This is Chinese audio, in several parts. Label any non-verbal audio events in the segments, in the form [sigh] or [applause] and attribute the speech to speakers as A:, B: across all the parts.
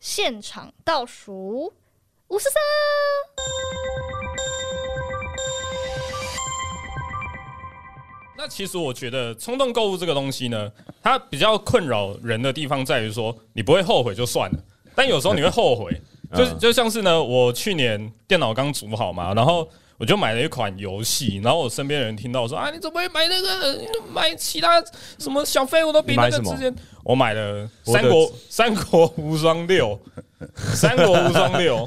A: 现场倒数五十三。
B: 那其实我觉得冲动购物这个东西呢，它比较困扰人的地方在于说，你不会后悔就算了，但有时候你会后悔。就
C: 嗯
B: 就像是呢，我去年电脑刚组好嘛，然后我就买了一款游戏，然后我身边的人听到我说啊，你怎么会买那个？你买其他什么小废物都比
C: 你买
B: 那个
C: 什么
B: 之前，我买了
C: 我的
B: 三国《三国无双六》，《三国无双六》。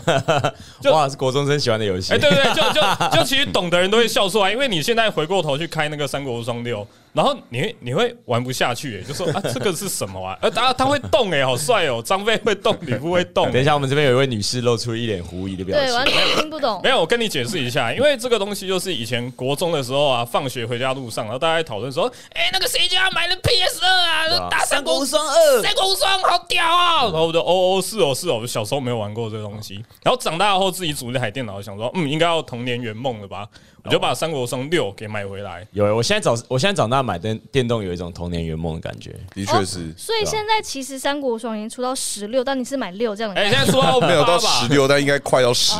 B: 就
C: 哇，是国中生喜欢的游戏。
B: 哎、对对对，就就就其实懂的人都会笑出来，因为你现在回过头去开那个《三国无双六》，然后你会你会玩不下去、哎就说啊这个是什么啊？呃，他他会动哎、好帅哦、张飞会动，吕布会动。
C: 等一下，我们这边有一位女士露出一脸狐疑的表
A: 对，
C: 情。
A: 完全听不懂
B: [laughs] 没。有，我跟你解释一下，因为这个东西就是以前国中的时候啊，放学回家路上，然后大家在讨论说，哎、那个谁家买了 PS 二
C: 对
B: 啊，
C: 啊
B: 打三国无双
C: 双二
B: [laughs] 三国无双好屌啊！然后我就哦哦是哦是哦，我小时候没有玩过这个东西，然后长大后自己组一台电脑，想说嗯应该要童年圆梦了吧，我就把三国无双六给买回来。
C: 有欸，我现在长我现在长大买电电动有一种童年圆梦的感觉。
D: 的确是
C: 啊
A: 所以现在其实三国无双已经出到十六，但你是买六这样的
B: 哎、
A: 概念。
B: 现在说 [laughs] 到
D: 没有
B: 八
D: 到
B: 吧
D: 十，
C: [laughs]
D: 六，但应该快到
C: 哦
D: 十。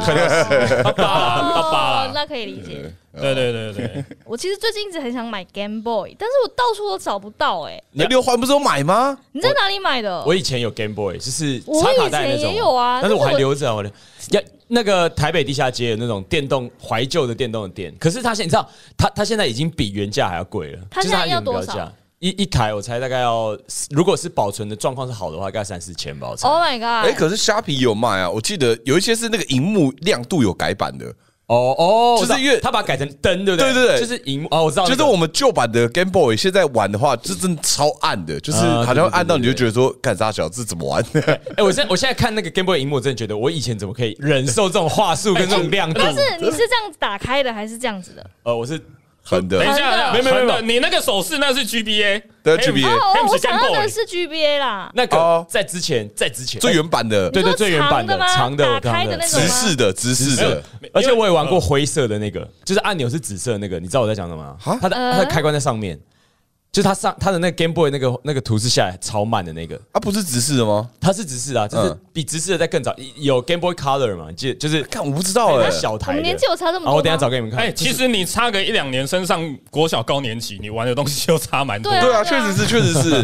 B: 到八了，到八
A: 哦，
B: 了。
A: 那可以理解。
B: 对对对对，
A: 我其实最近一直很想买 Game Boy，但是我到处都找不到。哎，
D: 那六环不是有买吗？
A: 你在哪里买的？
C: 我以前有 Game Boy，就是
A: 我
C: 插卡带那
A: 以前
C: 种，
A: 也有啊
C: 但是我
A: 但是
C: 还
A: 我
C: 留着啊，我留要那个台北地下街有那种电动怀旧的电动的店，可是它现你知道，它它现在已经比原价还要贵了，
A: 它
C: 就是
A: 现在要
C: 原标
A: 多少
C: 价？一一台我猜大概要，如果是保存的状况是好的话，大概三四千吧，我猜。
A: Oh my
D: 哎、
A: god！
D: 可是虾皮也有卖啊，我记得有一些是那个荧幕亮度有改版的，
C: 哦哦，
D: 就
C: 我知
D: 是
C: 道
D: 因为
C: 它把它改成灯，对不对？
D: 对对对
C: 就是荧幕哦，我知道那
D: 就
C: 个，
D: 是我们旧版的 Game Boy 现在玩的话，就真的超暗的，就是
C: 啊
D: 好
C: 对对
D: 像
C: 对
D: 暗到你就
C: 对对
D: 觉得说，干啥小子怎么玩？ [laughs]
C: [laughs] 哎、我现在我现在看那个 Game Boy 荧幕，我真的觉得我以前怎么可以忍受这种话术跟这种亮度？
A: 但哎是你是这样子打开的，还是这样子的？
C: 呃，我是
D: 狠的
B: 等一下，
A: 没
C: 有没有没有
B: 等等你那个手势那是 GBA，
D: 对
B: 还有
D: GBA
A: 哦
B: 还有，
A: 我
B: 不是
A: 想
B: Game
A: 到的
B: Boy
A: 是 GBA 啦。
C: 那个
D: 哦
C: 在之前，在之前
D: 最原版的，
C: 对
A: 你
C: 对
A: 说
C: 最原版的
A: 长
C: 长的
A: 吗
C: 我
A: 打
C: 看
A: 开的
C: 的
A: 那种
D: 直
A: 吗
D: 视的，直视的，
C: 而且我也
D: 嗯
C: 玩过灰色的那个，就是按钮是紫色的那个，你知道我在讲什么吗？它的
A: 呃
C: 它的开关在上面，就是它上它的那个 Game Boy 那个那个图是下来超慢的那个，
D: 啊，不是直视的吗？
C: 它是直视啊，就是
D: 嗯
C: 比直视的在更早，有 Game Boy Color 嘛，你记得就是
D: 看我不知道哎、
C: 小
A: 我
C: 台
A: 们
C: 的。
A: 年纪有差这么多
C: 好，
A: 吗
C: 我等一下找给你们看。
B: 哎、其实你差个一两年，升上国小高年级，你玩的东西又差蛮多。
A: 对
D: 对啊，
A: 对啊
D: 确实是，确实是，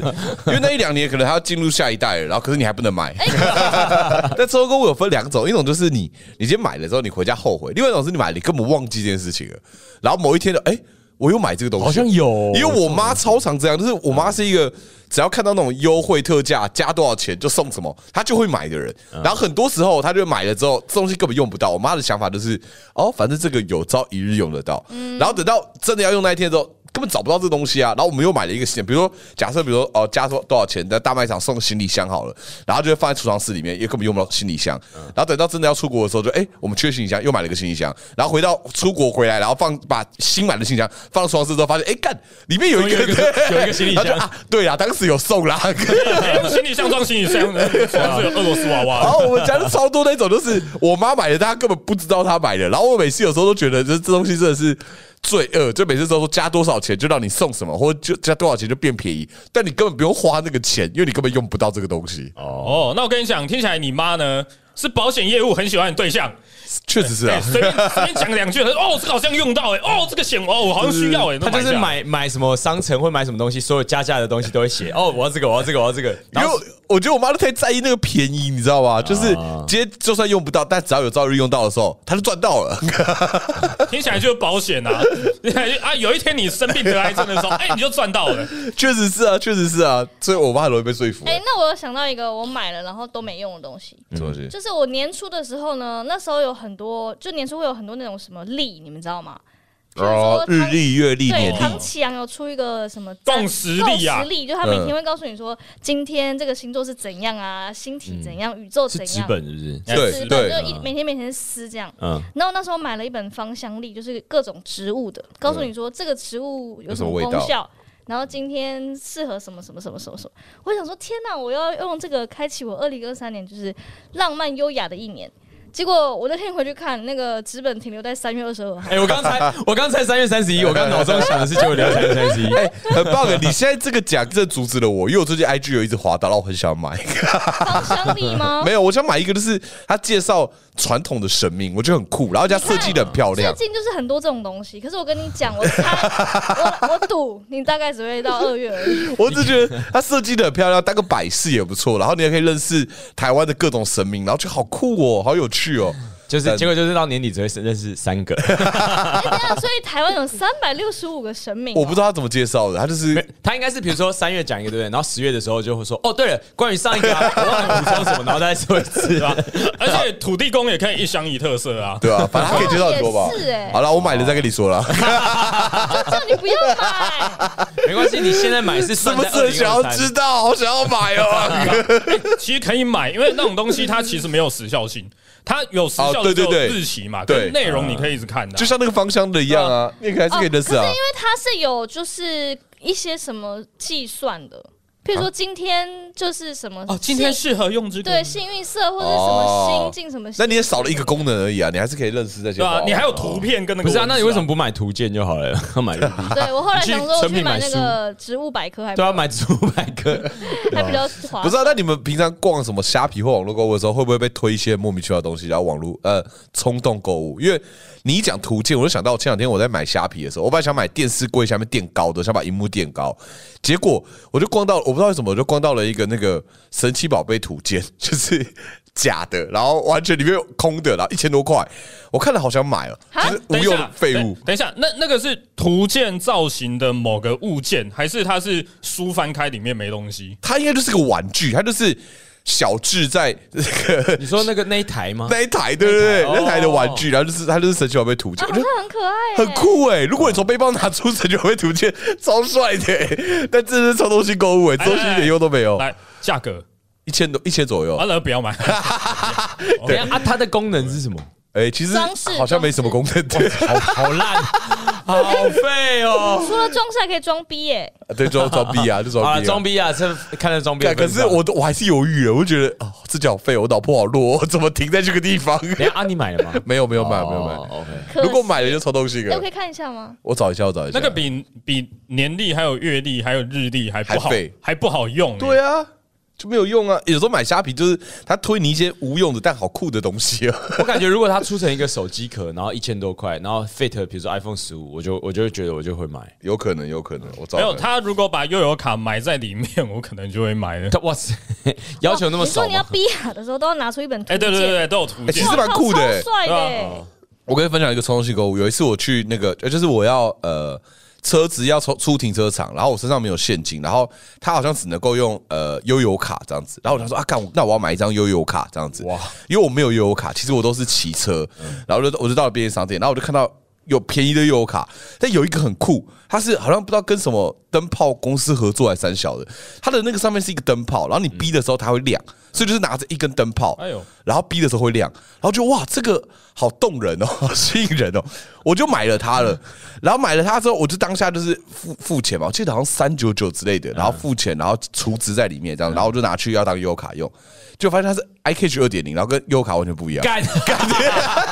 D: 因为那一两年可能还要进入下一代了，然后可是你还不能买。 [laughs] 但收购物有分两种，一种就是你你今天买了之后你回家后悔，另外一种是你买了你根本忘记这件事情了，然后某一天的哎、我又买这个东西，
C: 好像有
D: 因为我妈超常这样，就是我妈是一个只要看到那种优惠特价加多少钱就送什么，她就会买的人。然后很多时候她就买了之后，这东西根本用不到。我妈的想法就是，哦，反正这个有朝一日用得到。然后等到真的要用那一天之后。根本找不到这东西啊！然后我们又买了一个新的，比如说假设，比如说哦，加多多少钱在大卖场送行李箱好了，然后就会放在储藏室里面，也根本用不到行李箱。然后等到真的要出国的时候就，哎，我们缺行李箱，又买了个行李箱。然后回到出国回来，然后放把新买的行李箱放到储藏室之后，发现哎干，里面有一
C: 有一
D: 个
C: 个有一个行李箱
D: [laughs] 然后就啊，对啦，当时有送
C: [laughs]
D: 啦。 [laughs]
B: 哎行李箱装行李箱，装是有俄罗斯娃
D: 然
B: 娃。
D: 后我们家就超多那种，就是我妈买的，大家根本不知道她买的。然后我每次有时候都觉得，这这东西真的是罪恶，就每次都说加多少钱就让你送什么，或者就加多少钱就变便宜，但你根本不用花那个钱，因为你根本用不到这个东西。
B: 哦，那我跟你讲，听起来你妈呢是保险业务很喜欢的对象，
D: 确实是啊
B: 哎，随便随便讲两句，她说哦，这个好像用到哎、哦，这个险哦，我好像需要哎、那
C: 他就是
B: 一下。
C: 买买什么商城或买什么东西，所有加价的东西都会写哦，我要这个，我要这个，我要这个。
D: 因
C: 然
D: 为
C: 后
D: 我我觉得我妈都太在意那个便宜，你知道吗？就是今天就算用不到，但只要有朝一日用到的时候，她就赚到了。 [laughs]
B: 听起来就是保险
C: [laughs]
B: 啊，听起来就啊，有一天你生病得癌症的时候，哎、你就赚到了。
D: 确实是啊，确实是啊，所以我妈很容易被说服。欸
A: 哎，那我有想到一个我买了然后都没用的东
C: 嗯
A: 西，
D: 什么东西？
A: 就是我年初的时候呢，那时候有很多，就年初会有很多那种什么历，你们知道吗？就是说
D: 哦，
A: 他
D: 日历、月历、
A: 对
D: 年，历
A: 唐，启阳有出一个什
B: [laughs]
A: 么
B: 共识力啊
A: 共识力，就他每天会告诉你说，今天这个星座是怎样啊，星
D: 嗯
A: 体怎样，宇宙
C: 是
A: 怎
C: 纸
A: 样，
C: 本是不是？
D: 对
B: 哎
A: 纸本
D: 对嗯
A: 就一每天每天撕这样。
C: 嗯，
A: 然后那时候买了一本芳香历，就是各种植物的，告诉你说这个植物有什么
D: 有什么味道
A: 功效，然后今天适合什么什么什么什么什么。我想说，天哪，我要用这个开启我二零二三年就是浪漫优雅的一年。结果我那天回去看，那个纸本停留在三月二十二
D: [laughs]
A: 号。
C: 哎、我刚 [laughs] 才我刚才三月三十一，我刚脑中想的是九月三月三 [laughs] 十一。
D: 哎、很棒的！你现在这个奖真的阻止了我，因为我最近 IG 有一直滑到，然后我很想买。
A: 芳香粒吗？
D: 没有，我想买一个，就是他介绍传统的神明，我觉得很酷，然后加设计的很漂亮
A: 最。近就是很多这种东西，可是我跟你讲，我猜，我我赌你大概只会到二月而
D: [laughs]
A: 已。
D: 我只觉得它设计的很漂亮，当个摆饰也不错。然后你也可以认识台湾的各种神明，然后就好酷哦，好有趣哦。
C: 就是结果就是到年底只会认识三个， [laughs]
A: 哎等一下，所以台湾有三百六十五个神明、啊
D: 我不知道他怎么介绍的，他就是
C: 他应该是比如说三月讲一个对不对？然后十月的时候就会说哦，对了，关于上一个、 [laughs] 啊、我忘了补充什么，然后再说一次啊吧。
B: 而且土地公也可以一乡一特色啊。
D: 对啊，反正他可以介绍很多吧
A: 哦也是欸。
D: 好了，我买了再跟你说了，
B: 哦
A: 道，叫你不要买。
C: [laughs] 没关系，你现在买是
D: 是
C: 算 [laughs]
D: 不
C: 在
D: 是很想要
C: 2023
D: 知道？好想要
B: [laughs]
D: 买哦。
B: 其实可以买，因为那种东西它其实没有时效性，它有时效
D: 哦对对
B: 就有
D: 对
B: 日期嘛，
D: 对
B: 跟内容你可以一直看的啊。
D: 就像那个芳香的一样啊，你还是可以认识
A: 哦可
D: 啊
A: 是因。为它是有就是一些什么计算的，譬如说今天就是什么
B: 哦，今天
A: 幸
B: 适合用这个，
A: 对幸运色或者什么
D: 哦
A: 心境什么星，
D: 那你也少了一个功能而已啊，你还是可以认识那些
B: 对
D: 宝
B: 啊
D: 宝。，
B: 你还有图片跟那个
C: 不是啊，
B: 文字
C: 那你为什么不买图鉴就好了？ [laughs] 要买
A: 对我后来想说我
C: 成
A: 去
C: 品
A: 买
C: 买
A: 那
C: 啊
A: 个植物百科还
C: 都要买五百个，
A: 还比较划
D: 不
A: 算
D: 是、啊？那你们平常逛什么虾皮或网络购物的时候，会不会被推一些莫名其妙的东西，然后网络呃冲动购物？因为你一讲图鉴，我就想到前两天我在买虾皮的时候，我本来想买电视柜下面垫高的，想把荧幕垫高，结果我就逛到，我不知道为什么，我就逛到了一个那个神奇宝贝图鉴，就是假的，然后完全里面有空的，然后一千多块，我看了好想买哦，
A: 哈
D: 就是无
B: 等一
D: 用
B: 下
D: 的，废
B: 等
D: 物。
B: 等一下，那那个是图鉴造型的某个物件，还是它是书翻开里面没东西？
D: 它应该就是个玩具，它就是小智在那个
C: [laughs] 你说那个那一台吗？
D: 那一台，对不对？
C: 哦
D: 那台的玩具，然后就是它就是神奇宝贝图鉴，
A: 啊，
D: 我
A: 好
D: 觉
A: 像
D: 得
A: 很可爱、欸，
D: 很。酷哎、如果你从背包拿出神奇宝贝图鉴， [laughs] 超帅的、欸。但这是超东西购物哎、欸，
B: 来
D: 哎东西一点用都没有，
B: 来，价格
D: 一千多一千左右。
B: 完了不
D: [laughs]
B: 要买，
C: 对啊，它的功能是什么？
D: 哎、其实
A: 装饰
D: 好像没什么功能的，
C: 好好烂， [laughs] 好废哦。
A: 除了装饰还可以装逼耶、
D: [laughs] 对，装装逼啊，就
C: 好
D: 装
C: 了，
D: 逼、啊
C: 装。逼啊，这看着装逼的
D: 干可
C: 份啊
D: 是
C: 上。
D: 我都我还是犹豫了，我就觉得哦，这脚废，我脑波好弱， [laughs] 我怎么停在这个地方？ [laughs]
C: 等一下啊，你买了吗？
D: 没有没有买，没有
C: 哦
D: 买。
C: ，OK。
A: 可
D: 如果买了就抽东西
A: 哎
D: 了
A: 我可。以看一下吗？
D: 我找一下，我找一下。
B: 那个比比年历还有月历还有日历还不好
D: 还废，
B: 还不好用。
D: 对，啊，就没有用啊。有时候买虾皮就是他推你一些无用的但好酷的东西啊。 [laughs]
C: 我感觉如果它出成一个手机壳，然后一千多块，然后 Fit 比如说 iPhone 十五，我就我就会觉得我就会买。 [laughs]
D: 有可能，有可能，我找
B: 没有
D: 看
B: 他如果把悠游卡埋在里面，我可能就会买了。
C: 它哇塞，要求那么
A: 你说
C: 少
A: 你要
C: 吗？
A: 逼雅的时候都要拿出一本图
B: 哎，
A: 鉴，
B: 对对对对，都有图
D: 哎其
B: 鉴
D: 实。蛮酷的欸
A: 超帅的欸、
B: 对啊
D: 我跟你分享一个冲动性购物。有一次我去那个，呃就是我要呃车子要出出停车场，然后我身上没有现金，然后他好像只能够用呃悠游卡这样子。然后我想说啊，干，我那我要买一张悠游卡这样子。哇
C: 哇，
D: 因为我没有悠游卡，其实我都是骑车，
B: 嗯
D: 然后我就我就到了便利商店，然后我就看到。有便宜的悠游卡，但有一个很酷，它是好像不知道跟什么灯泡公司合作还是三小的，它的那个上面是一个灯泡，然后你逼的时候它会亮，所以就是拿着一根灯泡，
B: 嗯哎呦
D: 然后逼的时候会亮，然后就哇，这个好动人哦， [laughs] 好吸引人哦，我就买了它了。然后买了它之后，我就当下就是付付钱嘛，我记得好像三九九之类的，然后付钱，然后储值在里面这样，然后我就拿去要当优卡用，就发现它是 iCash 二点零，然后跟优卡完全不一样。
C: 干
A: 是啊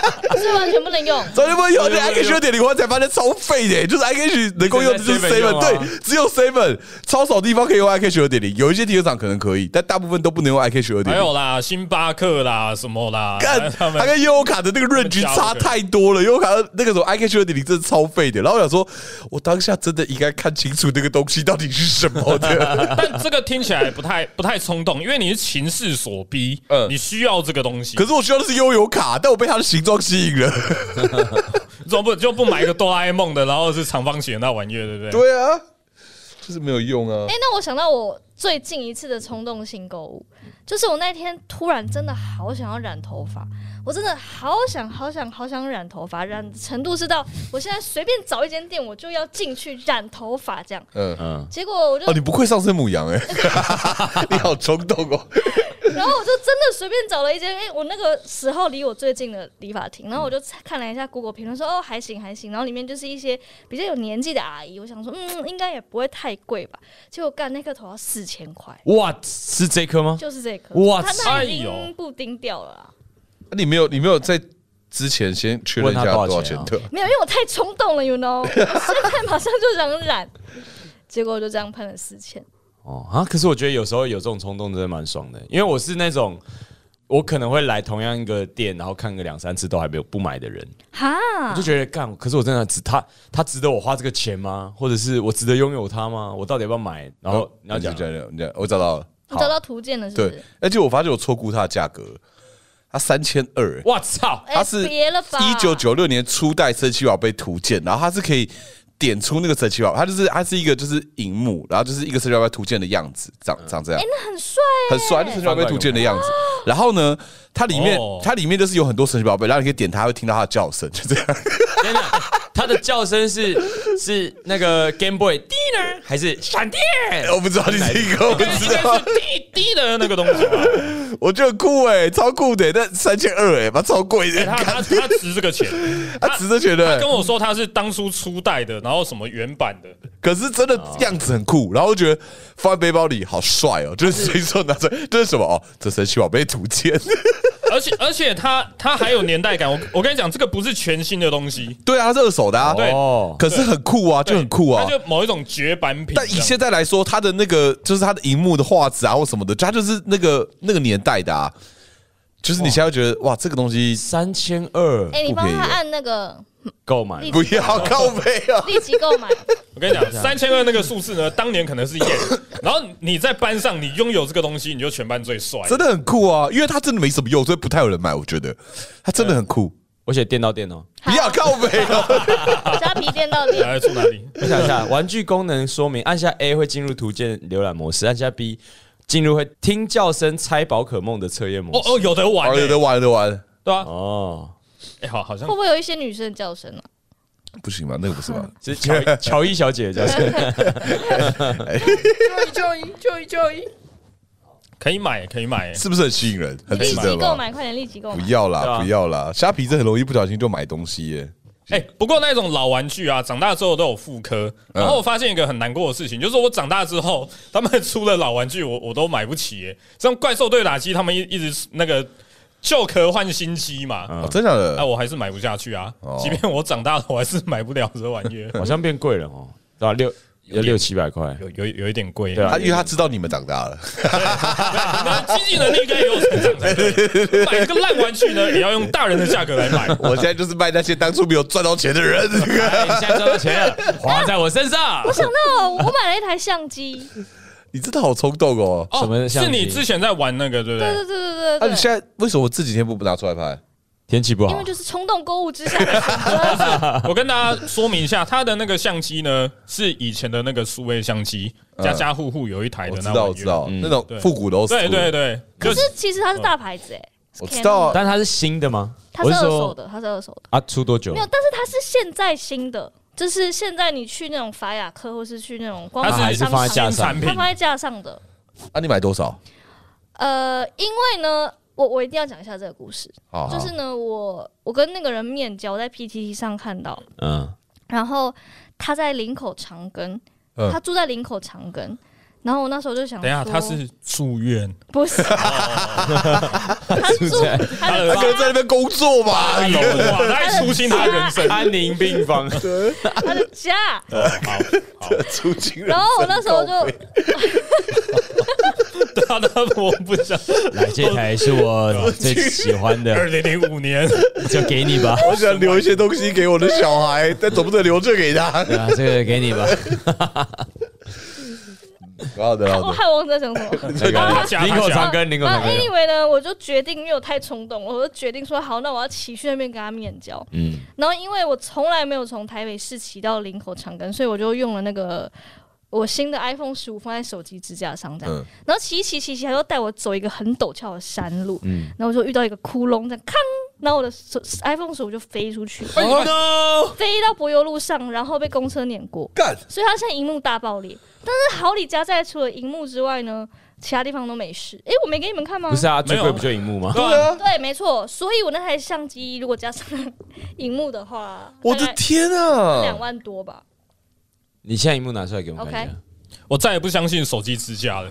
A: 完全不能用。
D: 昨天不有那 iCash 二点零，我才发现超废的、就是 iCash 能够用的就是
C: 一直在 7-Eleven 用
D: seven，
C: 啊
D: 对，只有 seven，超少地方可以用 iCash 二点零，有一些停车场可能可以，但大部分都不能用 iCash 二点
B: 还
D: 零。
B: 有啦，星巴克啦，什么啦，
C: [laughs]
D: 干，
B: 他们
D: 他跟优悠卡的那个润局差太多了。优悠卡那个时候 i k 2 0零真的超废的。然后我想说，我当下真的应该看清楚那个东西到底是什
C: [laughs]
D: 么的。
B: 但这个听起来不太不太冲动，因为你是情势所逼，
D: 嗯
B: 你需要这个东西，
D: 可是我需要的是悠悠卡，但我被它的形状吸引了。
B: 你怎么不就不买一个哆啦 A 梦的，然后是长方形的那玩意儿，对不对？
D: 对啊，就是没有用啊
A: 哎、。那我想到我最近一次的冲动性购物，就是我那天突然真的好想要染头发，我真的好想好想好想染头发，染的程度是到我现在随便找一间店我就要进去染头发这样。
D: 嗯，
C: 嗯，
A: 结果我就
D: 哦，，你不愧上升母羊
C: [laughs]
D: 哎、你好冲动哦。
A: 然后我就真的随便找了一间，哎、我那个时候离我最近的理发厅，然后我就看了一下 Google 评论说，哦，还行还行，然后里面就是一些比较有年纪的阿姨，我想说，嗯，应该也不会太贵吧，结果干那颗头要四千块。
C: 哇，是这颗吗？
A: 就是这颗，
C: 哇
A: 它它已
B: 哎呦
A: 经布丁掉了啦。啊
D: 你没有，你没有在之前先确认一下
C: 问他
D: 多
C: 多少
D: 少钱
C: 钱啊
D: 对啊
A: 没有，因为我太冲动了，you know，我现在马上就想染， [laughs] 结果我就这样喷了四千。
C: 哦啊！可是我觉得有时候有这种冲动真的蛮爽的，因为我是那种我可能会来同样一个店，然后看个两三次都还没有不买的人，
A: 哈，
C: 我就觉得干，可是我真的值他，他值得我花这个钱吗？或者是我值得拥有他吗？我到底要不要买？然后你要
D: 哦你就
C: 讲啊
D: 这样，你讲，我找到了，
A: 你
D: 好
A: 找到图鉴了是不
D: 对
A: 是？，
D: 而且我发现我错估它的价格了，它三千二，
C: 我操！
A: 哎
D: 它是
A: 别了吧，
D: 一九九六年初代神奇宝贝图鉴，然后它是可以点出那个神奇宝贝，它就是它是一个就是荧幕，然后就是一个神奇宝贝图鉴的样子，长
B: 嗯
D: 长这样，
A: 很帅欸，
D: 很帅，就是神奇宝贝图鉴的样子。然后呢，它里面
B: 哦
D: 它里面就是有很多神奇宝贝，然后你可以点它，会听到它的叫声，就这样。 [laughs]
C: 天哪，他的叫声是是那个 Game Boy 滴呢，还是闪电？
D: 我不知道你听过不
B: 应该
D: 知道
B: 是，滴滴的那个东西啊吧？
D: 我觉得很酷哎，超酷的，但三千二哎，妈超贵的，
B: 他他他值这个钱，
D: 他值得觉
B: 他跟
D: 得。
B: 我说他是当初初代的，然后什么原版的，
D: 可是真的样子很酷，然后觉得放在背包里好帅哦，就是随手拿出来，这是什么哦？这神奇宝贝图鉴。
B: 而且而且他他还有年代感。我我跟你讲，这个不是全新的东西，
D: 对啊，它是二手的啊，
B: 对
C: 哦，
D: 可是很酷啊，就很酷啊
B: 它。就某一种绝版品这
D: 但
B: 样。
D: 以现在来说，它的那个就是它的荧幕的画质啊或什么的，它就是那个那个年代的啊，就是你现在会觉得哇，这个东西
C: 三千二
A: 哎，你帮
D: 不便宜
A: 他
D: 啊
A: 按那个
C: 购买
A: 立
D: 不要靠背啊，
A: 立即购买，
B: 我跟你讲，三千二那个数字呢，当年可能是验，然后你在班上你拥有这个东西，你就全班最帅。
D: 真的很酷啊，因为它真的没什么用，所以不太有人买，我觉得它真的很酷。
C: 我写电到电哦。
A: 好
D: [laughs] 不要靠背啊，
A: 虾皮店到店。
B: 来住哪里？
C: 我想一下，玩具功能说明，按下 A 会进入图鉴浏览模式，按下 B 进入会听叫声猜宝可梦的测验模
B: 哦
C: 式。
B: 哦，有得玩、
D: 玩
B: 欸，
D: 了的玩了的玩，
B: 对啊，
C: 哦，
B: 哎、好，好像
A: 会不会有一些女生的叫声啊？
D: 不行吧？那个不是吧？
C: 是乔伊乔伊小姐的叫声。
B: 可以买，可以买、欸。
D: 是不是很吸引人？很哦
A: 立
D: 值
A: 即
D: 得
A: 购
D: 吧？
A: 买，快点立即购
D: 不
A: 买。
D: 要
C: 对
D: 啦，
C: 啊
D: 不要啦，虾皮这很容易不小心就买东西耶。
B: 哎、不过那种老玩具啊，长大之后都有复刻。
C: 嗯
B: 然后我发现一个很难过的事情，就是我长大之后，他们出了老玩具，我我都买不起、欸。像怪兽对打机，他们一一直那个旧壳换新机嘛，那、
C: 嗯
D: 哦真的假的？
B: 啊我还是买不下去啊。
D: 哦
B: 即便我长大了，我还是买不了这玩意。
C: [laughs] 好像变贵了哦，对吧、六要六七百块，
B: 有有有一点贵、
C: 对啊
D: 他因为他知道你们长大了，
B: 那经济能力应该也有成长才
C: [laughs]
B: 对。买一个烂玩具呢，也要用大人的价格来买。
D: 我现在就是卖那些当初没有赚到钱的人。
C: 哎你现在赚到钱
B: 啊
C: 了，花在我身 [laughs] 上。
A: 我想到我买了一台相
D: [laughs]
A: 机，
D: 你真的好冲动哦！
B: 哦
C: 什么相
B: 是
C: 机
B: 你之前在玩那个，对不
A: 对
B: 对？
A: 对对对
D: 那
A: 对对，
D: 你现在为什么这几天不拿出来拍？
C: 天气不
A: 因
C: 好
A: 为，就是冲动购物之下的
D: [laughs]
A: 选择，
B: [laughs] 我跟大家说明一下，它的那个相机呢，是以前的那个数位相机，家家户户哎有一台
D: 我
B: 的
D: 知
B: 那
D: 道，
B: 玩
D: 嗯我
B: 具
D: 知。道，那种复古的，
B: 对对，对，
A: 可
B: 就是
A: 是其实它是大牌子哎，
D: 我知道啊
A: Canon
C: 但它是新的吗？
A: 它是
C: 我
A: 二
C: 说
A: 手的，它是二手的，
C: 啊，出多久
A: 没？有，但是它是现在新的，就是现在你去那种法雅克或是去那种光
B: 它
A: 华
B: 是
C: 还是
A: 商
C: 放在
A: 场，
C: 架
B: 新
C: 上
B: 产
A: 它
B: 品
A: 放。在架上的。
D: 啊，你买多少？
A: 呃，因为呢，我我一定要讲一下这个故事，
D: 啊，
A: 就是呢，我我跟那个人面交，我在 PTT 上看到，
C: 嗯，
A: 然后他在林口长庚，
D: 嗯
A: 他住在林口长庚。然后我那时候就想说，
B: 等一下，哎他是住院，
A: 不是？他住
C: 在
A: 他
B: 他
A: 的
B: 的
A: 家
D: 他可能在那边工作吧
B: [laughs] 哎哇，。他还出新他的人
D: [laughs]
B: 生。
C: 安宁病房，
A: 他的家。
B: 好，好，
D: 出勤人
A: 然后我那时候就
B: 他的我不
D: [laughs]
B: 想。
C: 来这台是我最喜欢
B: 二 [laughs]
C: 的，
B: 零零五
D: [laughs]
B: 年，
C: 就给你吧。
D: 我想留一些东西给我的小孩，但总不能留这给他。
C: 对啊，这个给你吧。
D: 好的，
A: [laughs] 我
D: 好的，
A: 害我忘记在想什么。
C: 那
B: 他夹
C: 个林口长跟林口
A: 然
C: 长
A: 后
C: 跟，
A: 啊 anyway 呢，我就决定，因为我太冲动了，我就决定说好，那我要骑去那边跟他面交。
C: 嗯，
A: 然后因为我从来没有从台北市骑到林口长庚，所以我就用了那个我新的 iPhone 十五放在手机支架上这样。
D: 嗯
A: 然后骑一骑骑一骑，他就带我走一个很陡峭的山路，
C: 嗯
A: 然后我就遇到一个窟窿，这样咔，然后我的手 iPhone 十五就飞出去，
D: 哎
C: 哦
B: Oh no！
A: 飞到柏油路上，然后被公车碾过，
D: 干，
A: 所以它现在荧幕大爆裂。但是好李家在除了荧幕之外呢，其他地方都没事。诶，我没给你们看吗？
C: 不是啊，
B: 没
C: 最
B: 有
C: 贵不就荧幕吗？
B: 对啊，
A: 对，没错。所以我那台相机如果加上荧幕的话，
D: 我的天
A: 两
D: 啊！
A: 万多吧。
C: 你现在荧幕拿出来给我们看一
A: OK
C: 下。
B: 我再也不相信手机支架了。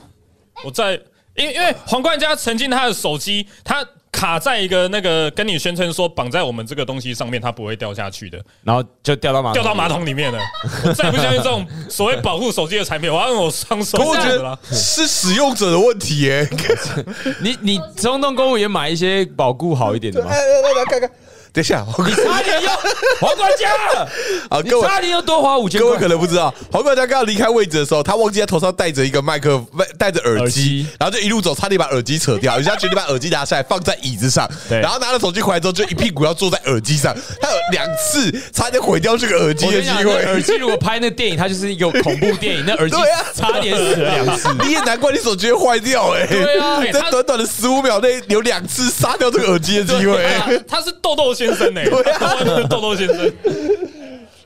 B: 我再因因为皇冠家曾经他的手机，他卡在一个那个跟你宣称说绑在我们这个东西上面，它不会掉下去的，
C: 然后就掉到马
B: 掉到马桶里面了。我再不相信这种所谓保护手机的产品，我要用我双手
D: 可我觉
B: 指了
D: 得。是使用者的问题耶、
C: 你你冲动购物也买一些保固好一点
D: [laughs]
C: 的吗？
D: 哎来来看看，等一下，我
C: 你差点要黄管家，
D: 啊，
C: 你
D: 各位
C: 差点要多花五千
D: 各位
C: 块
D: 可。能不知道，黄冠家刚刚离开位置的时候，他忘记他头上戴着一个麦克，戴着耳
C: 耳
D: 机
C: 机，
D: 然后就一路走，差点把耳机扯掉。人家决定把耳机拿下来放在椅子上，
C: 对
D: 然后拿了手机回来之后，就一屁股要坐在耳机上。他有两次差点毁掉这个耳机
C: 我
D: 的
C: 跟你
D: 机
C: 讲，那耳
D: 会。
C: 机如果拍那电影，它就是一个恐怖电影，那耳机
D: 对啊
C: 差点死了两次。
D: 你也难怪你手机会坏掉哎、
C: 对啊
D: [laughs] 在短短的十五秒内有两次杀掉这个耳机的机会、啊
B: 啊他是豆豆先生呢、欸，豆豆先生，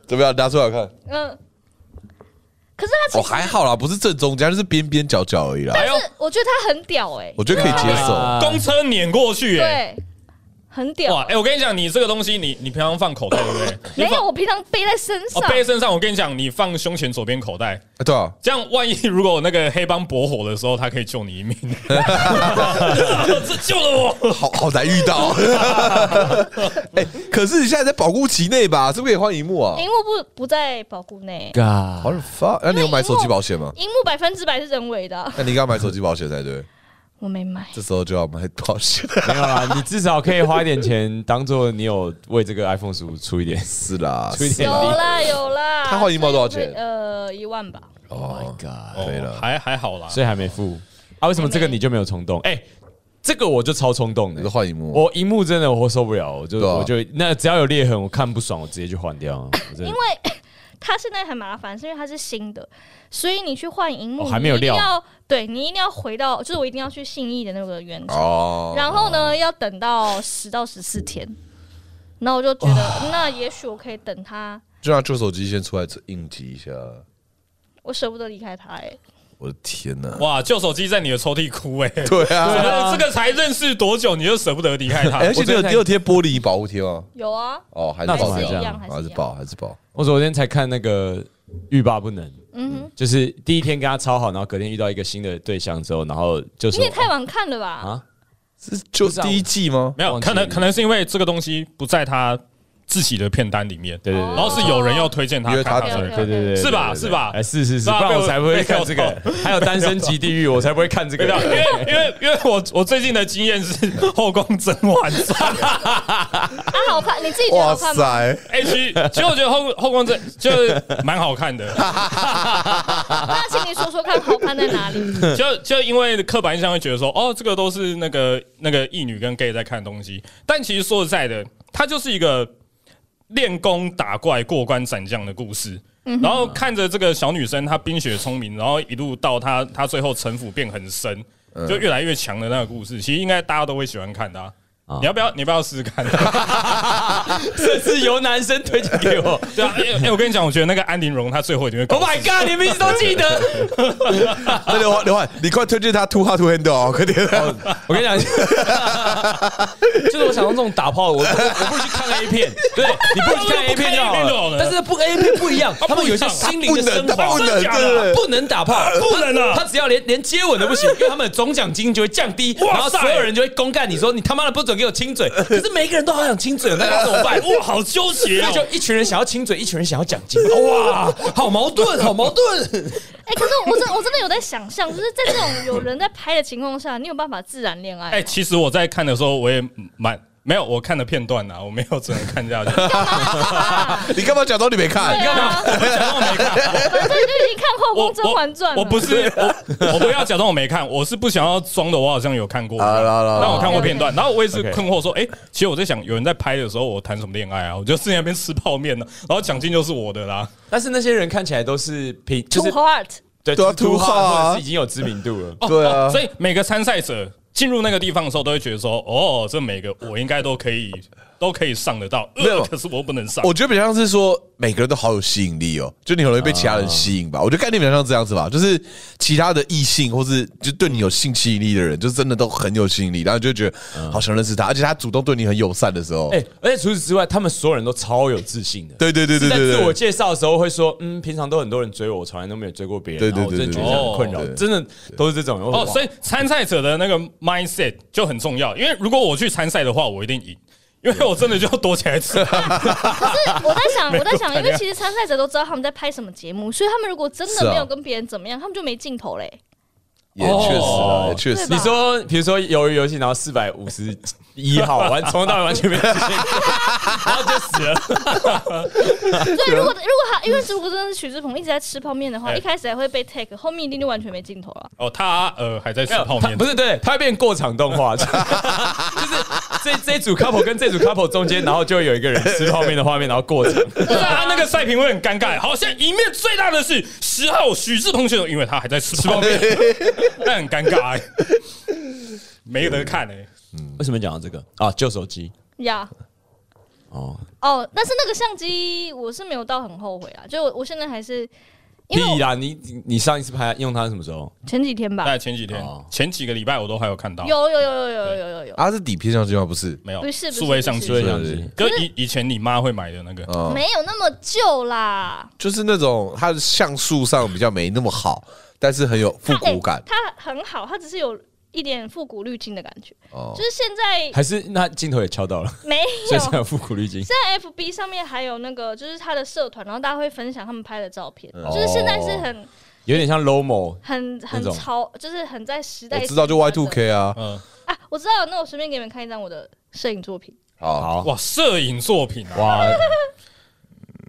D: 怎么样？拿出来看。
A: 嗯，可是他
D: 哦，
A: 其实
D: [laughs] 还好啦，不是正中间，就是边边角角而已啦。
B: 哎呦，
A: 是我觉得他很屌哎、
D: 我觉得可以接受。
C: 啊
B: 公车碾过去、欸，
A: 对，很
B: 哎，
A: 屌。
B: 哇，哎、我跟你讲，你这个东西，你你平常放口袋对不对？你
A: 没
B: 放
A: 有，我平常背在身
B: 哦
A: 上，
B: 背在身上，我跟你讲，你放胸前左边口袋，
D: 对啊，
B: 这样万一如果那个黑帮搏火的时候，他可以救你
D: [laughs]
B: 一命。 [laughs] 这救了我，
D: 好好难遇
C: [laughs]
D: 到。哎、可是你现在在保护期内吧？是不是可以换荧幕啊？
A: 荧幕不不在保护内，
C: God，
D: 好 fuck！那你有买手机保险吗？哎
A: 荧幕百分之百是人为的啊、
D: 那你应该买手机保险才对，
A: 我没买。
D: 这时候就要买 [laughs] 保险。
C: 没有啦，你至少可以花一点钱，当做你有为这个 iPhone 十五出一点。
D: 是啦，
C: 出一
D: 是
C: 点
A: 有
D: 啦
A: 啦有啦，
D: 他换荧幕多少钱
A: 呃，一万吧。
D: 哦，
C: Oh God，
D: 可以了。
B: 还还好啦。
C: 所以还没付啊？为什么这个你就没有冲动？哎，这个我就超冲动
D: 你
C: 的
D: 是。换荧幕，
C: 我荧幕真的我受不了，我就
D: 对啊
C: 我就那只要有裂痕，我看不爽，我直接就换掉。啊我真的
A: 因为它现在很麻烦，是因为它是新的，所以你去换荧幕，
C: 哦还没有
A: 你一定
C: 料
A: 要对你一定要回到，就是我一定要去信义的那个原厂，
D: 哦，
A: 然后呢，要等到十到十四天。然后我就觉
C: 哦
A: 得，那也许我可以等它，
D: 就让旧手机先出来应急一下。
A: 我舍不得离开它、欸。
D: 我的天哪！
B: 哇，旧手机在你的抽屉哭哎、
D: [laughs] 对啊，
B: 这个才认识多久你就舍不得离开它
D: 哎？而且你
C: 我昨
D: 有
C: 天才
D: 你有贴玻璃保护贴吗？
A: 有啊，
D: 哦，还是
C: 那怎
D: 保
C: 么
D: 掉
C: 还是一
A: 样还是一样
D: 还是保还是保。
C: 我昨天才看那个欲罢不能，
A: 嗯哼，
C: 就是第一天跟他超好，然后隔天遇到一个新的对象之后，然后就
A: 你
C: 说
A: 也太晚看了吧？
C: 啊，
D: 是就
C: 不是啊
D: 第一季吗？
B: 没有，
C: 忘记
B: 可能
C: 了
B: 可能是因为这个东西不在他自己的片单里面，
C: 对对
A: 哦
B: 然后是有人要推荐他
D: 因为哦他
B: 看他
A: 对
B: 才
A: 对
C: 对对对对，对
B: 是吧
C: 对对
B: 是吧
C: 哎，是是是，
B: 是吧
C: 不然我才不会
B: 被
C: 看
B: 我
C: 这 [laughs] 个，还有单身级地狱，我才不 [laughs] 会看这
B: 对
C: 个
B: 的，。因为因为因为我我最近的经验是《后宫甄嬛传》
C: [laughs]
A: 啊，好看，你自己觉得
D: 哇
A: 好看吗？
D: 塞！
B: 哎，其实其实我觉得后《后宫甄》就是蛮好看的，
A: 那请你说说看，好看在哪里？
B: 就就因为刻板印象会觉得说，哦，这个都是那个那个异女跟 gay 在看的东西，但其实说实在的，它就是一个练功打怪过关斩将的故事。然后看着这个小女生，她冰雪聪明，然后一路到她她最后城府变很深，
C: 嗯
B: 就越来越强的那个故事，其实应该大家都会喜欢看的、啊。你要不要？你要不要试试看？ [laughs]
C: 这是由男生推荐给 [laughs] 我。
B: 对啊，哎、哎我跟你讲，我觉得那个安陵容她最后一定会搞
C: Oh my god！你名字都记得。
D: 那刘焕，刘焕，你快推荐他 Too Hot to Handle 哦，快点！
C: 我 [laughs] 跟你讲，就是我想用这种打炮，我我我不如去看 A [laughs] 片，对，你不如去看 A 片就
B: 不看 A 片就好
C: 好
B: 了
C: 了。但是不 A 片不一样，他们有一些心灵
D: 不
C: 的
D: 能，
C: 升
D: 他
C: 华
D: 不。能，
B: 真假的
D: 真的
C: 不能打炮，
B: 不能啊
C: 他只要连连接吻都不 [laughs] 行，因为他们的总奖金就会降低，
B: 哇塞
C: 然后所有人就会公干你说你他妈的不准给我亲 [laughs] 嘴，可是每一个人都好想亲嘴，那要怎 [laughs] 么办？
B: 哇，好纠结、
C: 那
B: 哦！
C: 就一群人想要亲嘴，一群人想要奖金，哇，好矛盾，好矛盾。
A: 哎、可是我真我真的有在想象，就是在这种有人在拍的情况下，你有办法自然恋爱吗？
B: 哎、其实我在看的时候，我也蛮没有，我看的片段啊，我没有只能看下去。
A: 啊
D: 你干嘛假装你没
C: 哎
A: 对
D: 看？
A: 啊，
B: 我假装我没看，
A: 反正就已经看《后
B: 我
A: 宫甄嬛传》了啊
B: 我我不是我，我不要假装我没看，我是不想要装的，我好像有看过。
D: 好了好了好了
B: 但我看过片段，然后我也是
C: OK
B: 困惑说，哎、其实我在想，有人在拍的时候，我谈什么恋爱啊？我就自己在那边吃泡面呢，然后奖金就是我的啦。
C: [laughs] 但是那些人看起来都是平，就
A: Too
C: 是
A: Hard，
C: 对
D: 对啊
C: 土
D: 土豪
C: 或
D: 啊
C: 者是已经有知名 [laughs] 度了。
B: 哦
D: 对啊
B: 哦所以每个参赛者进入那个地方的时候，都会觉得说，哦，这每个我应该都可以都可以上得到，
D: 没有
B: 呃可是我不能上。
D: 哦我觉得比较像是说，每个人都好有吸引力哦，就你很容易被其他人吸引吧。我觉得概念比较像这样子吧，就是其他的异性或是就对你有性吸引力的人，就真的都很有吸引力，然后你就觉得好想认识他，而且他主动对你很友善的时候，
C: 哎，而且除此之外，他们所有人都超有自信的。
D: 对对对对
C: 在
D: 对
C: 自
D: 对
C: 我介绍的时候会说，嗯，平常都很多人追我，我从来都没有追过别人，
D: 对对
C: 然后我
D: 对
C: 真的觉
D: 对
C: 得这样很困扰
D: 对，对
C: 真的都是这种。
B: 哦，所
C: 以
B: 以参赛者的那个 mindset 就很重要，因为如果我去参赛的话，我一定赢，因为我真的就要躲起来 [laughs] 吃。
A: [laughs] 是我在想，我在想，因
B: 没有
A: 为其实参赛者都知道他们在拍什么节目，所以他们如果真
D: 是
A: 的
D: 啊
A: 没有跟别人怎么样，他们就没镜头嘞。
D: 也确实
B: 哦
D: 啊，也确
A: 对
D: 实
A: 吧
C: 你说，比如说鱿鱼游戏，然后四百五十一号完，从头到尾完全没有出现过，然后就死了。
A: 对，如果如果他，因为如果真的是许志鹏一直在吃泡面的话，
B: 哎
A: 一开始还会被 take，后面一定就完全没镜头了。
B: 哦，他呃还在吃泡
C: 他
B: 面，
C: 不是对，它会变过场动画， [laughs] 就是这这组 couple 跟这组 couple 中间，然后就会有一个人吃泡面的画面，然后过场。
B: 不是啊，那个赛评会很尴尬。好，现在赢面最大的是十号许志同选手，因为他还在吃泡面， [laughs] 那很尴尬、欸，没得看哎、
C: 为什么讲到这个啊？旧手机
A: 呀、
C: 哦，
A: 哦，但是那个相机我是没有到很后悔啦，就我我现在还是因为
C: 屁
A: 我
C: 啦！你你你上一次拍用它是什么时候？
A: 前几天
B: 大
A: 吧
B: 概，前几天
C: 哦、
B: 前几个礼拜我都还有看到，
A: 有有有有有有有有，
D: 啊，是底片相机吗？不是，
B: 没有？
A: 不是不是
B: 数位相机
A: 不
C: 对，
A: 是
C: 相
D: 对
C: 机
D: 对。
B: 就以以前你妈会买的那个，
D: 嗯，
A: 没有那么旧啦。
D: 就是那种它的像素上比较没那么好，但是很有复
A: 它哎
D: 古感
A: 它很好，它只是有一点复古滤镜的感觉，
D: 哦
A: 就。是现在
C: 还是那镜头也敲到了，
A: 没有。
C: 所以才有复古滤镜。
A: 现在 FB 上面还有那个，就是他的社团，然后大家会分享他们拍的照片，
D: 嗯
A: 就是现在是很
C: 有点像 Lomo，
A: 很
C: 那
A: 很
C: 种
A: 潮，就是很在时代。
D: 哦我知道，就 Y two K 啊，
B: 嗯、
A: 啊，我知道，那我随便给你们看一张我的摄影作品，
D: 嗯好，
C: 好
B: 哇，摄影作品啊，
C: 哇，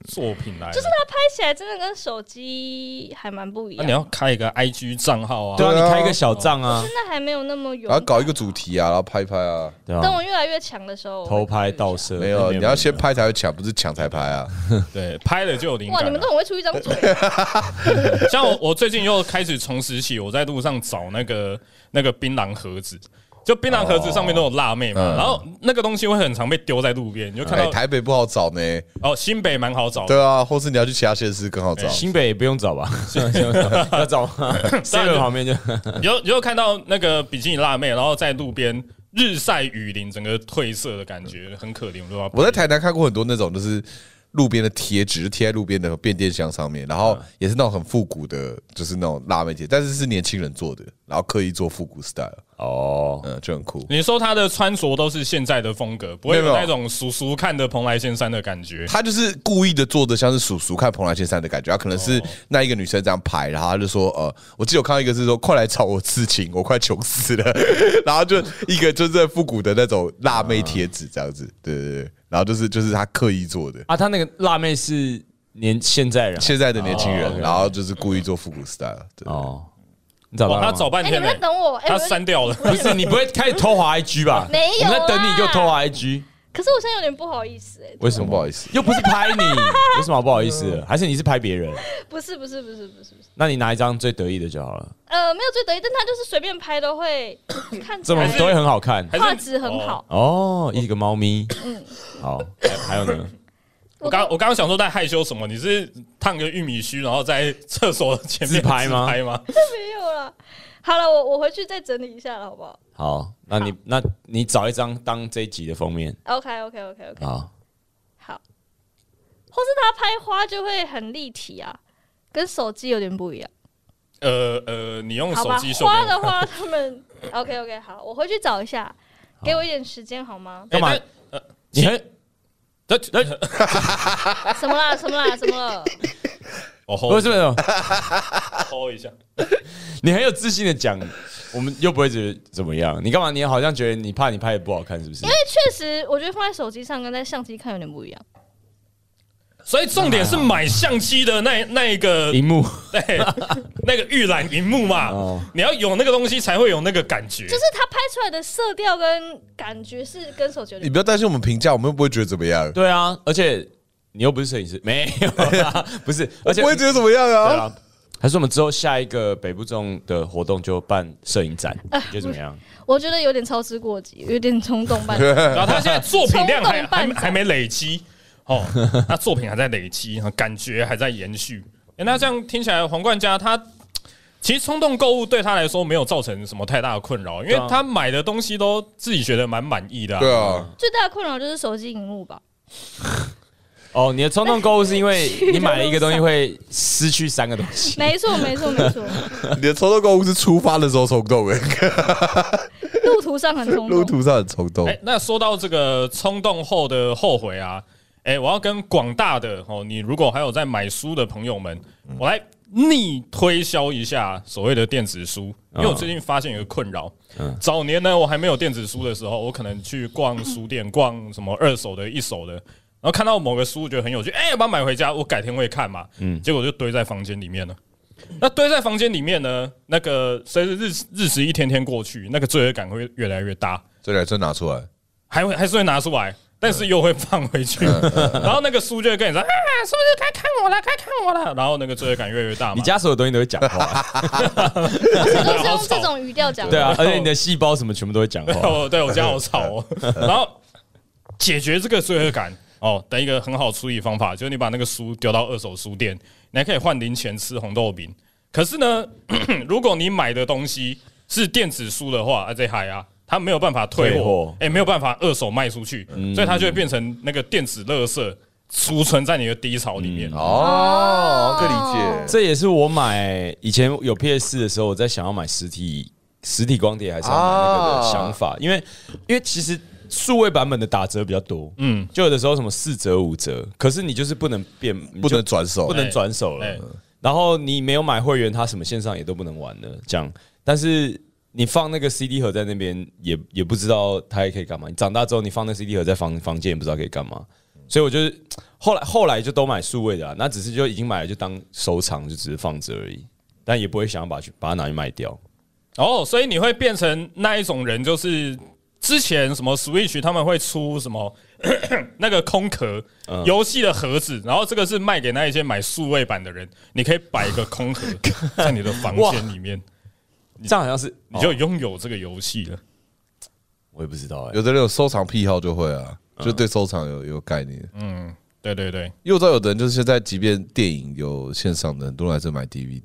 B: 作品来了，就是
A: 拍起来真的跟手机还蛮不一
D: 啊
A: 样
B: 那、你。要开一个 IG 账号啊，
C: 对啊，
D: 对啊
C: 你开一个小账啊，
A: 现在还没有那么勇
D: 然后
A: 敢。
D: 搞一个主题啊，然后拍一拍啊，
C: 对
A: 等
C: 啊，
A: 我越来越强的时候，
C: 偷拍盗摄
D: 没有，你要先拍才会抢，不是抢才拍啊。
B: 对，拍了就有灵
A: 哇，
B: 感
A: 你
B: 了、
A: 们都很会出一张嘴。哎
B: 像我，我最近又开始重拾起，我在路上找那个那个槟榔盒子，就槟榔盒子上面都有辣妹嘛，
D: 哦嗯
B: 然后那个东西会很常被丢在路边，你就看
D: 哎，
B: 到
D: 台北不好找呢，
B: 哦，新北蛮好找的，
D: 对啊，或是你要去其他县市更好找。
C: 新北也不用找吧？要找吗？seven 旁边就
B: 你就你就看到那个比基尼辣妹，然后在路边日晒雨淋，整个褪色的感觉很可怜，对吧？
D: 我在台南看过很多那种，就是路边的贴纸，就贴在路边的变电箱上面，然后也是那种很复古的，就是那种辣妹贴，但是是年轻人做的，然后刻意做复古 style，
C: 哦，
D: 嗯，就很酷。
B: 你说她的穿着都是现在的风格，不会有那种叔叔看的蓬莱仙山的感觉。
D: 他就是故意的做的像是叔叔看蓬莱仙山的感觉，他可能是那一个女生这样拍，然后他就说呃，我记得我看到一个是说快来找我刺青，我快穷死了， [laughs] 然后就一个就是复古的那种辣妹贴纸这样子，对对对，然后就是就是他刻意做的，
C: 啊，他那个辣妹是年现在人啊
D: 现在的年轻
C: 哦
D: 人，
C: ，OK
D: 然后就是故意做复古 style，对，
C: 哦，你找到
B: 哇，
C: 了吗
B: 他找半
A: 哎，你
B: 天
A: 们
B: 呢、
A: 在等我，哎，
B: 他
A: 我有
B: 删掉了。
C: 不是你不会开始偷滑 IG 吧？
A: 没有
C: 我们在等你
A: 啦
C: 就偷滑 IG，
A: 可是我现在有点不好意思，哎，
C: 为什
D: 什
C: 么
D: 么不好意思？
C: 又不是拍你，有什么好不好意思的？还是你是拍别人？
A: 不是不是不是不是不是，
C: 那你拿一张最得意的就好了，
A: 呃，没有最得意，但他就是随便拍都会看起
C: 这么
A: 来
C: 都会很好看
B: [laughs] 还是
A: 画质很好。
C: 哦。一个猫咪，好，还还有呢？
B: 我刚我刚刚想说在害羞什么？你是烫个玉米须，然后在厕所前面
C: 自拍吗
B: 自拍吗？
A: 没有了。好了，我我回去再整理一下了，好不好
C: 好，那你那你找一张当这一集的封面
A: ？OK OK OK OK，
C: 啊。
A: 好。或是他拍花就会很立体啊，跟手机有点不一样，
B: 呃呃，你用
A: 好
B: 手
A: 吧
B: 机？秀给
A: 花
B: 我
A: 的话，他们 OK OK 好，我回去找一下，给我一点时间好吗？
C: 干嘛
B: 哎？
C: 你很
B: 但但但
A: 什么啦什么啦什么了？
B: [laughs] 我 hold
C: 不是不是，
B: hold 一下，
C: 你很有自信的讲，我们又不会觉得怎么样。你干嘛？你好像觉得你怕你拍的不好看，是不是？
A: 因为确实，我觉得放在手机上跟在相机看有点不一样。
B: 所以重点
C: 哎
B: 是买相机的那那一个
C: 荧幕
B: 对 [laughs] 那个预览荧幕
C: 哦
B: 嘛，你要有那个东西才会有那个感觉
A: 就。是他拍出来的色调跟感觉是跟手机有
D: 你
A: 点
D: 不要担心我们评价，我们又不会觉得怎么样，
C: 对啊，而且你又不是摄影师，没有啦，不是，而 [laughs]
D: 我
C: 且
D: 不会觉得怎么样
C: 对
D: 啊。
C: 啊，还是我们之后下一个北部中的活动就办摄影展，就怎么样？
A: 我觉得有点操之过急，有点冲动办。
D: 啊 [laughs]
B: 然后他现在作品量
A: 冲
B: 还
A: 动办
B: 还
A: 展
B: 还没累积哦，他作品还在累积，感觉还在延续。诶那这样听起来，皇冠家他其实冲动购物对他来说没有造成什么太大的困扰，因为
C: 对啊
B: 他买的东西都自己觉得蛮满意的、哦
D: 对，啊，
A: 最大的困扰就是手机荧幕吧。
C: 哦，你的冲动购物是因为你买了一个东西会失去三个东
A: [laughs]
C: 西，
A: 没错，没错，没错，
D: 你的冲动购物是出发的时候冲动哎，
A: 路途上很冲
D: 路
A: 动。
D: 途上很冲动
B: 哎、。那说到这个冲动后的后悔啊，哎、我要跟广大的哦，你如果还有在买书的朋友们，我来逆推销一下所谓的电子书，因为我最近发现有个困扰。早年呢，我还没有电子书的时候，我可能去逛书店，逛什么二手的、一手的。然后看到某个书觉得很有趣，哎、把它买回家，我改天会看嘛。嗯，结果就堆在房间里面了。那堆在房间里面呢，那个随着日日子一天天过去，那个罪恶感会越来越大。
D: 所以来真拿出来，
B: 还会还是会拿出
C: 嗯
B: 来，但是又会放回去。然后那个书就会跟你说：“啊，是不是该看我了？该看我了。”然后那个罪恶感越来越大嘛。
C: 你家所有东西都会讲话，
A: 你都是用这种语调讲
C: 对
A: 的。
C: 啊，而啊且你的细胞什么全部都会讲话，
B: 哦，对我家好吵哦。
C: 嗯
B: [laughs] 然后解决这个罪恶感哦的一个很好处理方法，就是你把那个书丢到二手书店，你还可以换零钱吃红豆饼。可是呢， [clears throat] 如果你买的东西是电子书的话，啊，这还啊。它没有办法退
C: 退
B: 货
C: 货，嗯
B: 哎、没有办法二手卖出去，所以它就会变成那个电子垃圾，储存在你的低潮里面。
C: 嗯
D: 哦，可以理解。
C: 这也是我买以前有 PS 的时候，我在想要买实体实体光碟还是要买那个的想法，因为因为其实数位版本的打折比较多，嗯，就有的时候什么四折五折，可是你就是不能变，
D: 不
C: 不
D: 能转手，
C: 不能转手了
B: 哎。
C: 然后你没有买会员，他什么线上也都不能玩了。这样，但是你放那个 CD 盒在那边，也也不知道它还可以干嘛。你长大之后，你放那 CD 盒在房房间，也不知道可以干嘛。所以我就是后来后来就都买数位的、啊，那只是就已经买了，就当收藏，就只是放着而已。但也不会想要把去把它拿去卖掉。
B: 哦，所以你会变成那一种人，就是之前什么 Switch 他们会出什么 [coughs] 那个空壳
D: 嗯
B: 游戏的盒子，然后这个是卖给那一些买数位版的人，你可以摆一个空
D: [laughs]
B: 盒在你的房间里面，
C: 这样好像是哦
B: 你就拥有这个游戏了。
C: 我也不知道哎、
D: 有的人有收藏癖好就会啊，就对收藏有有概念。
B: 对对对，
D: 因为我知道有的人就是现在，即便电影有线上的，很多人还是买 DVD，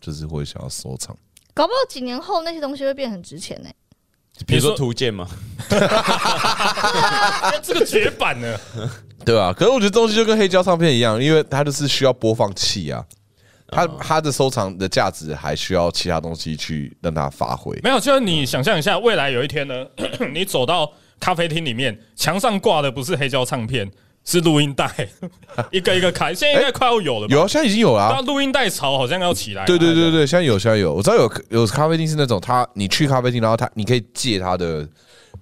D: 就是会想要收藏。
A: 搞不好几年后那些东西会变很值钱呢、
C: 比
B: 你
C: 如
B: 说
C: 说图鉴嘛，
B: 哎这个绝版
D: [laughs]
B: 呢，
D: 对啊，可是我觉得东西就跟黑胶唱片一样，因为它就是需要播放器啊，它它的收藏的价值还需要其他东西去让它发挥。
B: 没有，就是你想象一下，未来有一天呢， [coughs] 你走到咖啡厅里面，墙上挂的不是黑胶唱片，是录音带， [laughs] 一个一个开，现在应该快要有了吧？
D: 有啊，现在已经有啦、
B: 那录音带潮好像要起来了，
D: 对对对对，现在有，现在有。我知道有有咖啡厅是那种，他你去咖啡厅，然后他你可以借他的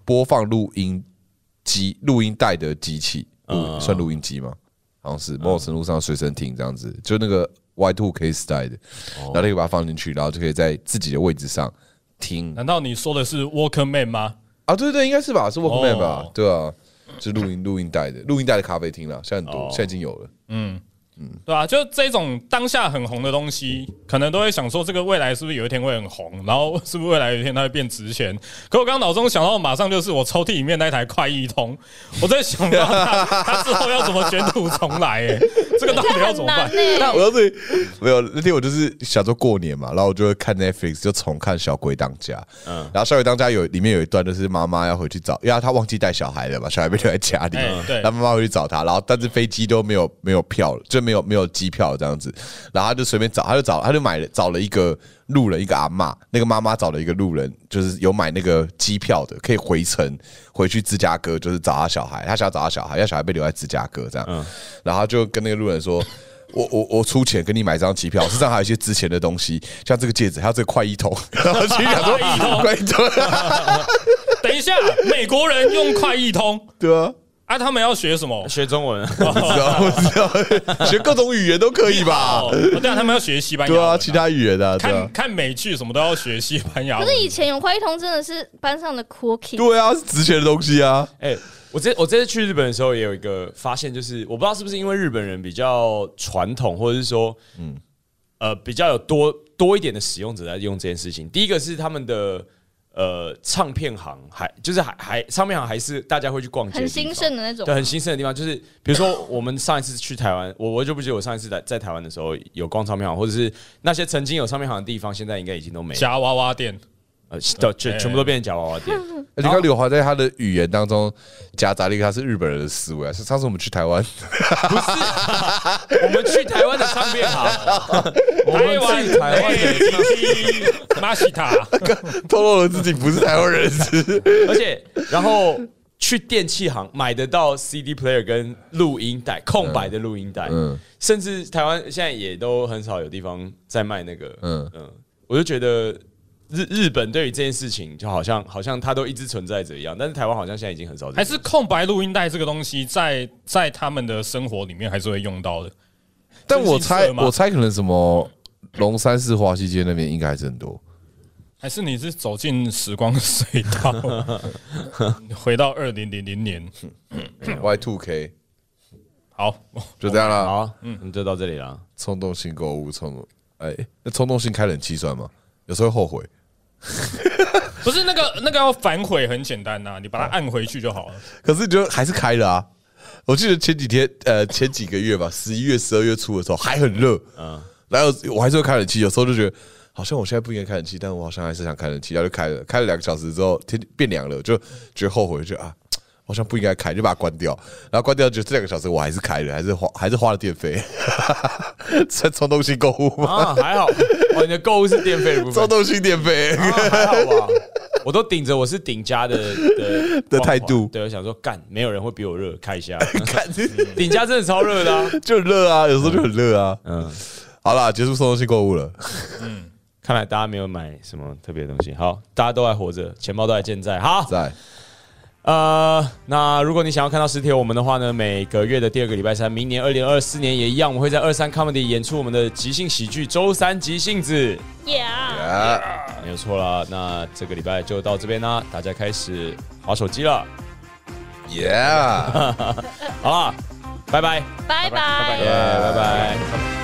D: 播放录音机、录音带的机器，录算录音机吗？好像是某种程度上随身听这样子，就那个 Y Two K Style 的，然后他可以把它放进去，然后就可以在自己的位置上听
B: 难道你说的是 Walkman 吗？
D: 啊。对对，应该是吧，是 Walkman 吧
B: 哦？
D: 对啊，是录音录音带的录音带的咖啡厅啦，现在很多
C: 哦，
D: 现在已经有了。
B: 对吧、就这种当下很红的东西，可能都会想说，这个未来是不是有一天会很红？然后是不是未来有一天它会变值钱？可我刚刚脑中想到，马上就是我抽屉里面那台快易通，我在想到它它之后要怎么卷土重来、
A: [laughs]
B: 欸？这个到底要
A: 很
B: 怎么办
A: 难？呢、
D: 我要是没有那天我就是想说过年嘛，然后我就会看 Netflix 就重看《小鬼当家》，嗯，然后《小鬼当家有》里面有一段就是妈妈要回去找，因为她忘记带小孩了嘛，小孩被留在家里，
B: 哎对
D: 然后妈妈回去找她，然后但是飞机都没有没有票了，就没有没有机票这样子，然后她就随便找，她就找她就买了找了一个路人，一个阿嬷，那个妈妈找了一个路人，就是有买那个机票的，可以回程回去芝加哥，就是找她小孩，她想要找她小孩，要小孩被留在芝加哥这样，然后她就跟那个路人说。我我我出钱给你买张机票，身上还有一些值钱的东西，像这个戒指，还有这个快衣桶， [laughs] 然后心里想说 [laughs] 快衣桶，
B: 等一下，美国人用快易通
D: 对啊， [laughs]
B: 啊，他们要学什
A: [laughs]
B: 么？
C: 学中文，啊
D: 不知道不知道， [laughs] 学各种语言都可以吧
B: 哦？，对啊，他们要学西班牙
D: 对
B: 文
D: 啊，其他语言啊，对
B: 看
D: 啊，
B: 看美剧什么都要学西班牙
A: 可
B: 文。
A: 是以前有快一通真的是班上的 cookie，
D: 对啊，是值钱的东西啊，
C: 哎、我这我这次去日本的时候也有一个发现，就是我不知道是不是因为日本人比较传统，或者是说，嗯，呃比较有多多一点的使用者在用这件事情。第一个是他们的呃唱片行还就是还还唱片行还是大家会去逛街，
A: 很兴盛的那种
C: 对，。很兴盛的地方就是，比如说我们上一次去台湾，我我就不记得我上一次在在台湾的时候有逛唱片行，或者是那些曾经有唱片行的地方，现在应该已经都没了，
B: 夹娃娃店，
C: 呃，都全全部都变成假娃娃店。
D: 而且刚柳华在他的语言当中夹杂了一个他是日本人的思维啊。是上次我们去台湾， [laughs]
C: 不是，我们去台湾的唱片行，我们
B: 台湾
C: 去台湾的，
B: 马西塔，
D: 透露了自己不是台
B: [laughs]
D: 湾人士。
C: 而且然后去电器行买得到 CD player 跟录音带，空白的录音带，
D: 嗯
C: 甚至台湾现在也都很少有地方在卖那个，
D: 嗯，
C: 嗯，我就觉得日日本对于这件事情，就好像好像它都一直存在着一样，但是台湾好像现在已经很少这
B: 还是
C: 件事。
B: 空白录音带这个东西，在在他们的生活里面还是会用到的。
D: 但我
B: 真
D: 猜
B: 心社，吗
D: 我猜可能什么龙山寺华西街那边应该还是很多。
B: 还是你是走进时光隧道，回到二零零零年？嗯
D: Y two K
B: 好，
D: 就这样啦，
C: 好，嗯，就到这里了。
D: 冲动性购物，冲动哎，那冲动性开冷气算吗？有时候会后悔。
B: 不是那个那个要反悔很简单呐、啊你把它按回去就好了。
D: 可是你就还是开了啊。我记得前几天，呃，前几个月吧，十一月、十二月初的时候还很热，嗯，然后我还是会开冷气，有时候就觉得好像我现在不应该开冷气，但我好像还是想开冷气，然后就开了，开了两个小时之后天气变凉了，就觉得后悔，就啊，好像不应该开，就把它关掉，然后关掉就这两个小时我还是开了，还是花还是花了电费， [laughs] 在冲动性购物
C: [laughs]
D: 吗？
C: 啊，还好，哦，你的购物是电费的部
D: 冲
C: 分，
D: 动性电费，
C: 啊还好吧？我都顶着我是顶家的的
D: 的
C: 光环
D: 态度
C: 对，我想说干，没有人会比我热，开一下。
D: [laughs] 看 [laughs]
C: 顶家真的超热的啊，
D: 就很热啊，有时候就很热啊。
C: 嗯，
D: 好啦，结束冲动性购物了，
C: 看来大家没有买什么特别的东西。好，大家都还活着，钱包都还健在。好，
D: 在
C: 呃，那如果你想要看到实体我们的话呢，每个月的第二个礼拜三，明年二零二四年也一样，我们会在二三 comedy 演出我们的即兴喜剧《周三即兴子
A: Yeah，
D: 啊。》，
C: 没有错啦。那这个礼拜就到这边啦，大家开始划手机了，
D: Yeah.
C: 好啦，拜拜，
A: 拜拜。
C: 耶，拜拜。